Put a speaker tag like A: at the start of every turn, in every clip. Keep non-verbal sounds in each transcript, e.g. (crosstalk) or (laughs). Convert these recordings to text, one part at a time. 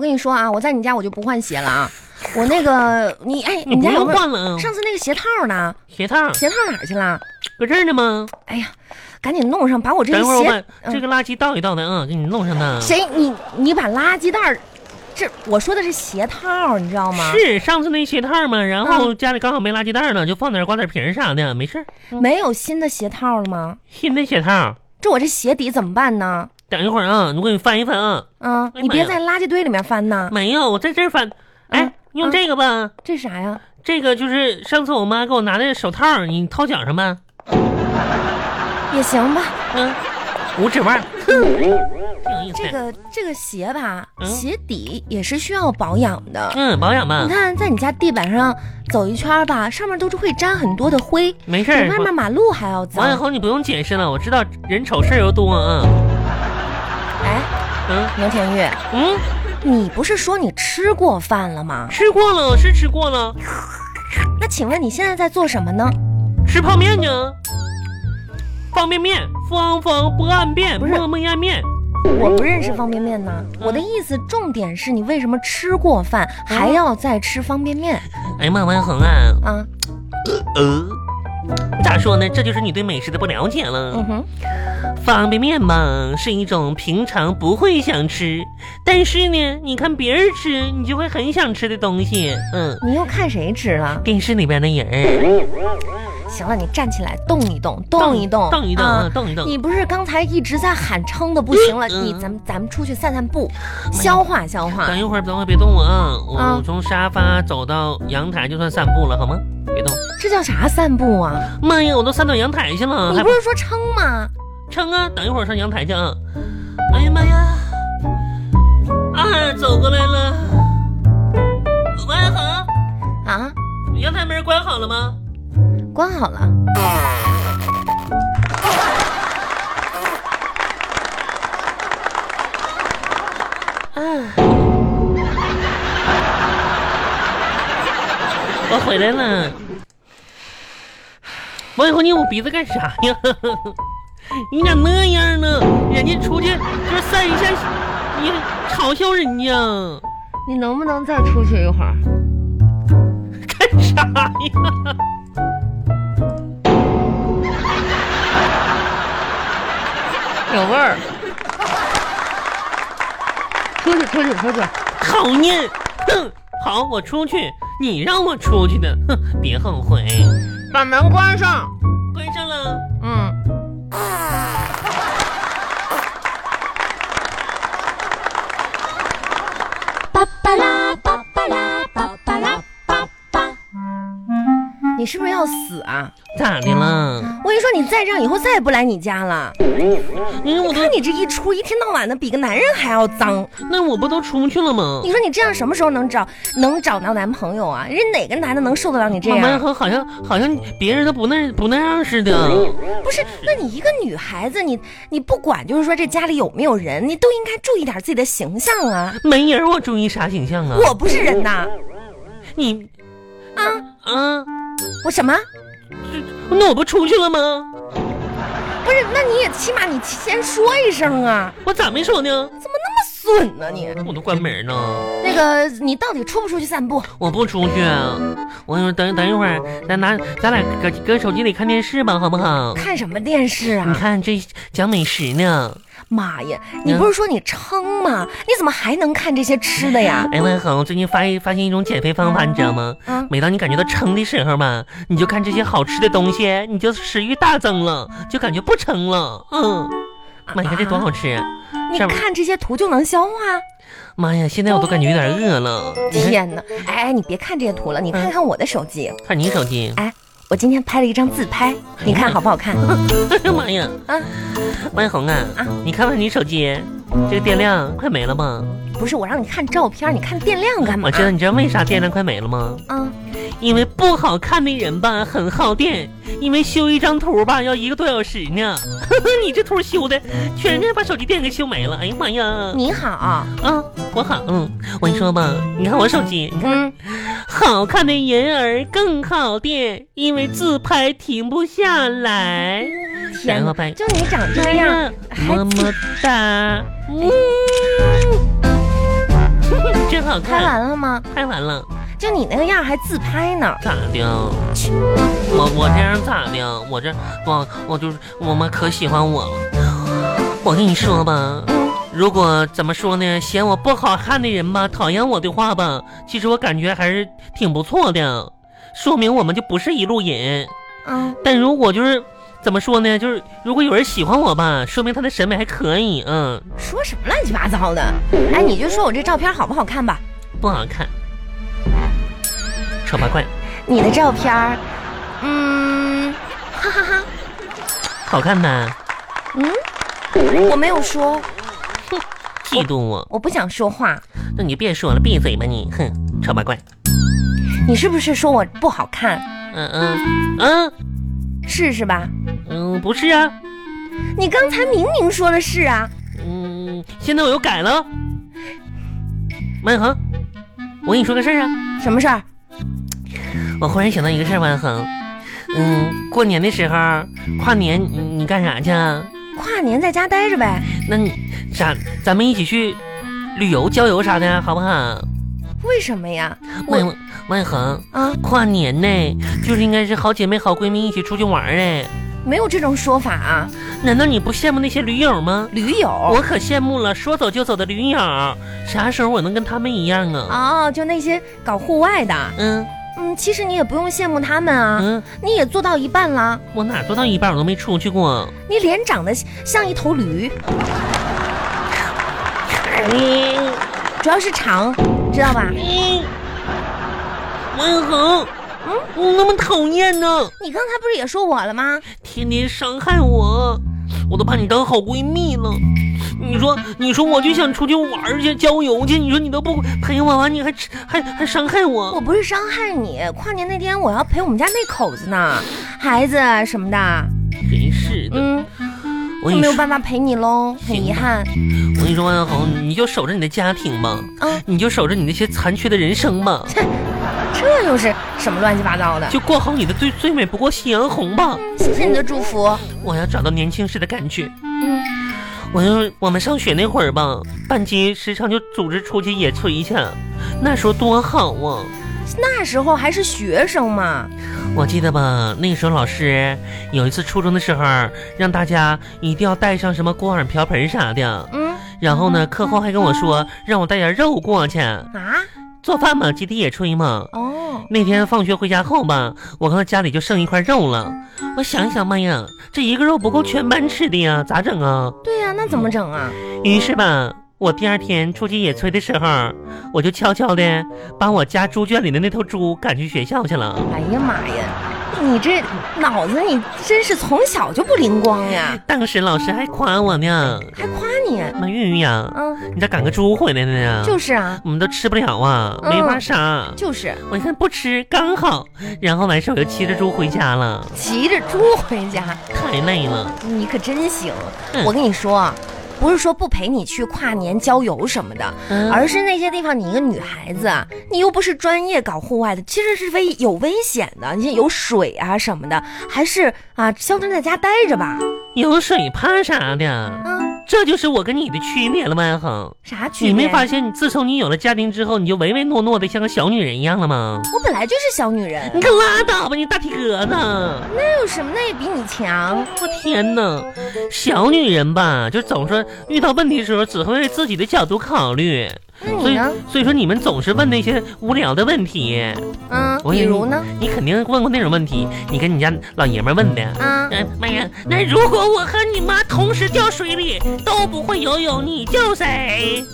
A: 跟你说啊，我在你家我就不换鞋了啊。我那个你
B: (laughs)
A: 哎，你家有
B: 不
A: 没
B: 用
A: 有
B: 换了啊，
A: 上次那个鞋套呢？
B: 鞋套
A: 鞋套哪儿去了？
B: 搁这儿呢吗？
A: 哎呀，赶紧弄上，把我这嗯
B: 等会儿我
A: 鞋
B: 把这个垃圾倒一倒的啊，给你弄上呢。
A: 谁你你把垃圾袋儿，这我说的是鞋套，你知道吗？嗯
B: 是上次那鞋套嘛，然后家里刚好没垃圾袋了，就放点瓜子皮儿啥的，没事儿。
A: 没有新的鞋套了吗？
B: 新的鞋套，
A: 这我这鞋底怎么办呢？
B: 等一会儿啊，我给你翻一翻啊。
A: 啊，
B: 哎呀
A: 你
B: 妈
A: 别
B: 呀
A: 在垃圾堆里面翻呐！
B: 没有，我在这儿翻。哎
A: 嗯，
B: 用这个吧，
A: 这是啥呀？
B: 这个就是上次我妈给我拿的手套，你套脚上吧。
A: 也行吧。
B: 嗯，五指腕儿，挺有意思
A: 嗯这
B: 的。
A: 个这个鞋吧，
B: 嗯
A: 鞋底也是需要保养的。
B: 嗯，保养吧
A: 你，看，在你家地板上走一圈吧，上面都是会沾很多的灰，
B: 没事
A: 比
B: 儿。
A: 外面马路还要
B: 王小
A: 脏。
B: 红，你不用解释了，我知道人丑事儿又多啊。
A: 哎，
B: 嗯
A: 牛田玉，
B: 嗯，
A: 你不是说你吃过饭了吗？
B: 吃过了，是吃过了，
A: 那请问你现在在做什么呢？
B: 吃泡面呢。方便面，方方不按面，
A: 不是
B: 么么呀面。
A: 我不认识方便面呢。我的意思，重点是你为什么吃过饭
B: 嗯
A: 还要再吃方便面
B: 哎呀妈，王小红啊，
A: 啊？
B: 呃，咋说呢？这就是你对美食的不了解了。
A: 嗯哼，
B: 方便面嘛，是一种平常不会想吃，但是呢，你看别人吃，你就会很想吃的东西。嗯，
A: 你又看谁吃了？
B: 电视里边的人，
A: 行了，你站起来动一动，动一动，
B: 动一动，
A: 啊
B: 嗯动一动。
A: 你不是刚才一直在喊撑的不行了？
B: 嗯
A: 你咱们咱们出去散散步，消化消化。
B: 等一会儿，等会儿别动我啊！
A: 啊
B: 我从沙发走到阳台就算散步了，好吗？别动！
A: 这叫啥散步啊？
B: 妈呀，我都散到阳台去了，
A: 你
B: 还
A: 不是说撑吗？
B: 撑啊！等一会儿上阳台去啊！哎呀妈呀！啊，走过来了。王小恒，
A: 啊，
B: 阳台门关好了吗？
A: 关好了。
B: 我回来了。王小红，你捂鼻子干啥呀？ (laughs) 你咋那样呢？人家出去就是散一下，你嘲笑人家 (laughs)
A: 你能不能再出去一会儿？
B: 干啥呀？ (laughs)
A: 有味儿。出去，出去，出去。
B: 讨厌！哼，好，我出去，你让我出去的，哼，别后悔。
A: 把门关上。
B: 关上了，
A: 嗯。
C: 巴巴拉巴巴拉巴巴拉巴巴。
A: 你是不是要死啊？
B: 咋的了？
A: 我跟你说，你再这样，以后再也不来你家了。
B: 嗯，我都
A: 看你这一出，一天到晚的比个男人还要脏。
B: 那我不都出去了吗
A: 你？说你这样什么时候能找能找到男朋友啊？人哪个男的能受得了你这
B: 王小
A: 样？
B: 红好像好像别人都不那不那样似的。
A: 不是，那你一个女孩子，你你不管就是说这家里有没有人，你都应该注意点自己的形象啊！
B: 没人，我注意啥形象啊？
A: 我不是人呐，
B: 你
A: 啊，
B: 啊。
A: 我什么？
B: 那我不出去了吗？
A: 不是，那你也起码你先说一声啊！
B: 我咋没说呢？
A: 怎么那么损呢、你？
B: 我都关门呢，
A: 那个，你到底出不出去散步？
B: 我不出去。啊我一会儿等等一会儿，咱拿咱俩搁搁手机里看电视吧，好不好？
A: 看什么电视
B: 你
A: 啊？
B: 看这讲美食呢。
A: 妈呀，你
B: 嗯
A: 不是说你撑吗？你怎么还能看这些吃的
B: (laughs)
A: 呀？
B: 哎，万恒，最近发发现一种减肥方法，你知道吗？
A: 啊，
B: 每当你感觉到撑的时候吧，你就看这些好吃的东西，你就食欲大增了，就感觉不撑了。嗯，妈，你看这多好吃！
A: 你
B: 上
A: 看这些图就能消化？
B: 妈呀，现在我都感觉有点饿了。你看，
A: 天哪！哎哎，你别看这些图了，
B: 嗯
A: 你看看我的手机。
B: 看你手机。
A: 哎，我今天拍了一张自拍，
B: 嗯
A: 你看好不好看？
B: 哎呀 (laughs) 妈呀！
A: 啊，
B: 万红啊，
A: 啊
B: 你看看你手机，这个电量快没了吗？
A: (laughs) 不是，我让你看照片，你看电量干嘛？
B: 我知道，你知道为啥电量快没了吗？
A: 啊，
B: 因为不好看的人吧很耗电，因为修一张图吧要一个多小时呢。 (laughs) 呵呵，你这图修的，全是把手机电给修没了。哎呀妈呀！
A: 你好，
B: 啊，我好，嗯，我跟你说吧，你看我手机，你看
A: 嗯，
B: 好看的人儿更耗电，因为自拍停不下来。哎
A: 天
B: 然
A: 哪
B: 后拍，
A: 就你长这样，还哎
B: 嗯么么哒，嗯。真好
A: 拍
B: 看。
A: 嗯完了吗？
B: 拍完了，
A: 就你那个样还自拍呢，
B: 咋的？我我这样咋的？我这我我就是我妈可喜欢我了。我跟你说吧，
A: 嗯，
B: 如果怎么说呢，嫌我不好看的人吧，讨厌我的话吧，其实我感觉还是挺不错的，说明我们就不是一路人。
A: 嗯，
B: 但如果就是怎么说呢，就是如果有人喜欢我吧，说明他的审美还可以，嗯，
A: 说什么乱七八糟的？哎，你就说我这照片好不好看吧？
B: 不好看，丑八怪，
A: 你的照片儿，嗯，哈哈哈，
B: 好看呗，
A: 嗯我没有说，
B: 嫉妒我，
A: 我不想说话。
B: 那你就别说了，闭嘴吧你，哼，丑八怪，
A: 你是不是说我不好看？
B: 嗯嗯嗯
A: 是是吧？
B: 嗯，不是啊，
A: 你刚才明明说的是啊，
B: 嗯，现在我又改了，万恒，我跟你说个事儿啊。
A: 什么事儿？
B: 我忽然想到一个事儿，万恒，嗯，过年的时候，跨年你你干啥去？啊？
A: 跨年在家待着呗。
B: 那你啥，咱们一起去旅游、郊游啥的，好不好？
A: 为什么呀？我
B: 万万恒，
A: 啊，
B: 跨年呢，就是应该是好姐妹、好闺蜜一起出去玩儿哎。
A: 没有这种说法啊，
B: 难道你不羡慕那些驴友吗？
A: 驴友。
B: 我可羡慕了，说走就走的驴友，啥时候我能跟他们一样啊？
A: 哦，就那些搞户外的，
B: 嗯
A: 嗯，其实你也不用羡慕他们啊，
B: 嗯，
A: 你也做到一半了，
B: 我哪做到一半我都没出去过。
A: 你脸长得像一头驴，
B: 你
A: 主要是长，知道吧？
B: 你，万恒，你那么讨厌呢？
A: 你刚才不是也说我了吗？
B: 天天伤害我，我都把你当好闺蜜了。你说，你说我就想出去玩儿去、郊游去，你说你都不陪我玩，你还吃还还伤害
A: 我
B: 我。
A: 不是伤害你，跨年那天我要陪我们家那口子呢，孩子什么的，
B: 真是的，
A: 嗯，就
B: 我跟你
A: 没有
B: 说，
A: 办法陪你喽，很遗憾。
B: 我跟你说，万红，你就守着你的家庭吧，
A: 嗯
B: 你就守着你那些残缺的人生吧，
A: 这又是什么乱七八糟的？
B: 就过好你的最最美不过夕阳红吧。
A: 谢谢你的祝福。
B: 我要找到年轻时的感觉。
A: 嗯，
B: 我就我们上学那会儿吧，班级时常就组织出去野炊去，那时候多好啊！
A: 那时候还是学生嘛，
B: 我记得吧，那时候老师有一次初中的时候，让大家一定要带上什么锅碗瓢盆啥的。
A: 嗯
B: 然后呢，课后还跟我说让我带点肉过去
A: 啊，
B: 做饭嘛，集体野炊嘛。
A: 哦，
B: 那天放学回家后吧，我看到家里就剩一块肉了。我想一想，妈呀，这一个肉不够全班吃的呀，咋整啊？
A: 对呀、那怎么整啊？
B: 于是吧，我第二天出去野炊的时候，我就悄悄的把我家猪圈里的那头猪赶去学校去了。
A: 哎呀妈呀，你这脑子你真是从小就不灵光呀，
B: 当时老师还夸我呢。
A: 还夸你，啊
B: 妈玉玉呀，
A: 嗯，
B: 你咋赶个猪回来了呢？
A: 就是嗯啊，
B: 我们都吃不了啊，没法杀。
A: 就是
B: 我一看不吃刚好，然后完事儿我就骑着猪回家了，
A: 骑着猪回家，
B: 太累了。
A: 你可真行。
B: 嗯
A: 我跟你说啊，不是说不陪你去跨年郊游什么的，
B: 嗯
A: 而是那些地方你一个女孩子，啊，你又不是专业搞户外的，其实是危有危险的，你像有水啊什么的，还是啊，消停在家待着吧。
B: 有水怕啥的？
A: 嗯，
B: 这就是我跟你的区别了，万恒。
A: 啥区别？
B: 你没发现，你自从你有了家庭之后，你就唯唯诺诺的像个小女人一样了吗？
A: 我本来就是小女人，
B: 你可拉倒吧，你大体格子！
A: 那有什么？那也比你强。
B: 我天哪，小女人吧，就总说遇到问题的时候只会为自己的角度考虑，
A: 那
B: 所
A: 你
B: 以
A: 呢？
B: 所以说你们总是问那些无聊的问题。
A: 嗯，
B: 我
A: 比
B: 也
A: 如呢？
B: 你肯定问过那种问题，你跟你家老爷们儿问的。
A: 啊，
B: 嗯，妈呀！那如果我和你妈同时掉水里，都不会游泳，你救谁？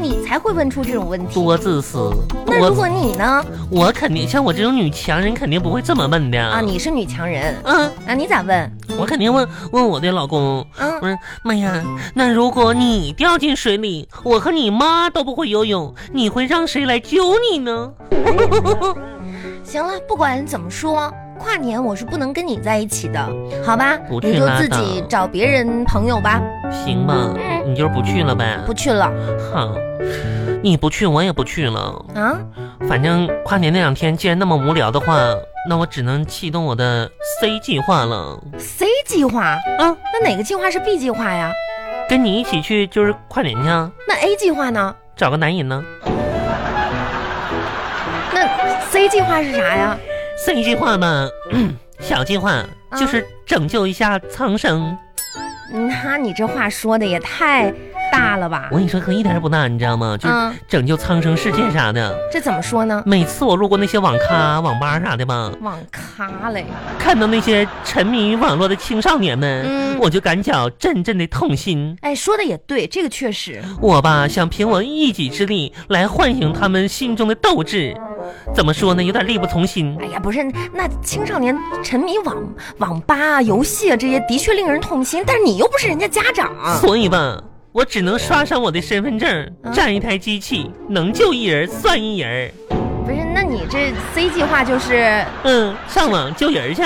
A: 你才会问出这种问题。
B: 多自私！
A: 那如
B: 我
A: 果你呢？
B: 我肯定像我这种女强人，肯定不会这么问的。
A: 啊，你是女强人
B: 嗯，
A: 啊，你咋问？
B: 我肯定问问我的老公。
A: 嗯
B: 我，说妈呀，那如果你掉进水里，我和你妈都不会游泳，你会让谁来救你呢？
A: 行了，不管怎么说，跨年我是不能跟你在一起的，好吧？
B: 不去
A: 你就
B: 拉
A: 自
B: 倒
A: 己找别人朋友吧。
B: 行吧，你就是不去了呗。
A: 嗯不去了
B: 好，你不去我也不去了。
A: 啊？
B: 反正跨年那两天既然那么无聊的话，那我只能启动我的 C 计划了。
A: C 计划？
B: 啊，
A: 那哪个计划是 B 计划呀？
B: 跟你一起去就是跨年去啊。
A: 那 A 计划呢？
B: 找个男人呢
A: 那 C 计划是啥呀？
B: ？C 计划吧，
A: 嗯
B: (clears throat) 小计划就是拯救一下苍生。
A: 那你这话说的也太大了吧
B: 我？跟你说，可一点儿也不大，你知道吗？就是
A: 嗯
B: 拯救苍生世界啥的。
A: 这怎么说呢？
B: 每次我路过那些网咖、网吧啥的吧，
A: 网咖嘞，
B: 看到那些沉迷于网络的青少年们，
A: 嗯
B: 我就感觉啊阵阵的痛心。
A: 哎，说的也对，这个确实，
B: 我吧，想凭我一己之力来唤醒他们心中的斗志。怎么说呢？有点力不从心。
A: 哎呀，不是，那青少年沉迷网网吧啊、游戏啊这些，的确令人痛心。但是你又不是人家家长，
B: 所以吧，我只能刷上我的身份证，
A: 嗯
B: 占一台机器，能救一人算一人。
A: 不是？那你这 C 计划就是
B: 嗯，上网救人去。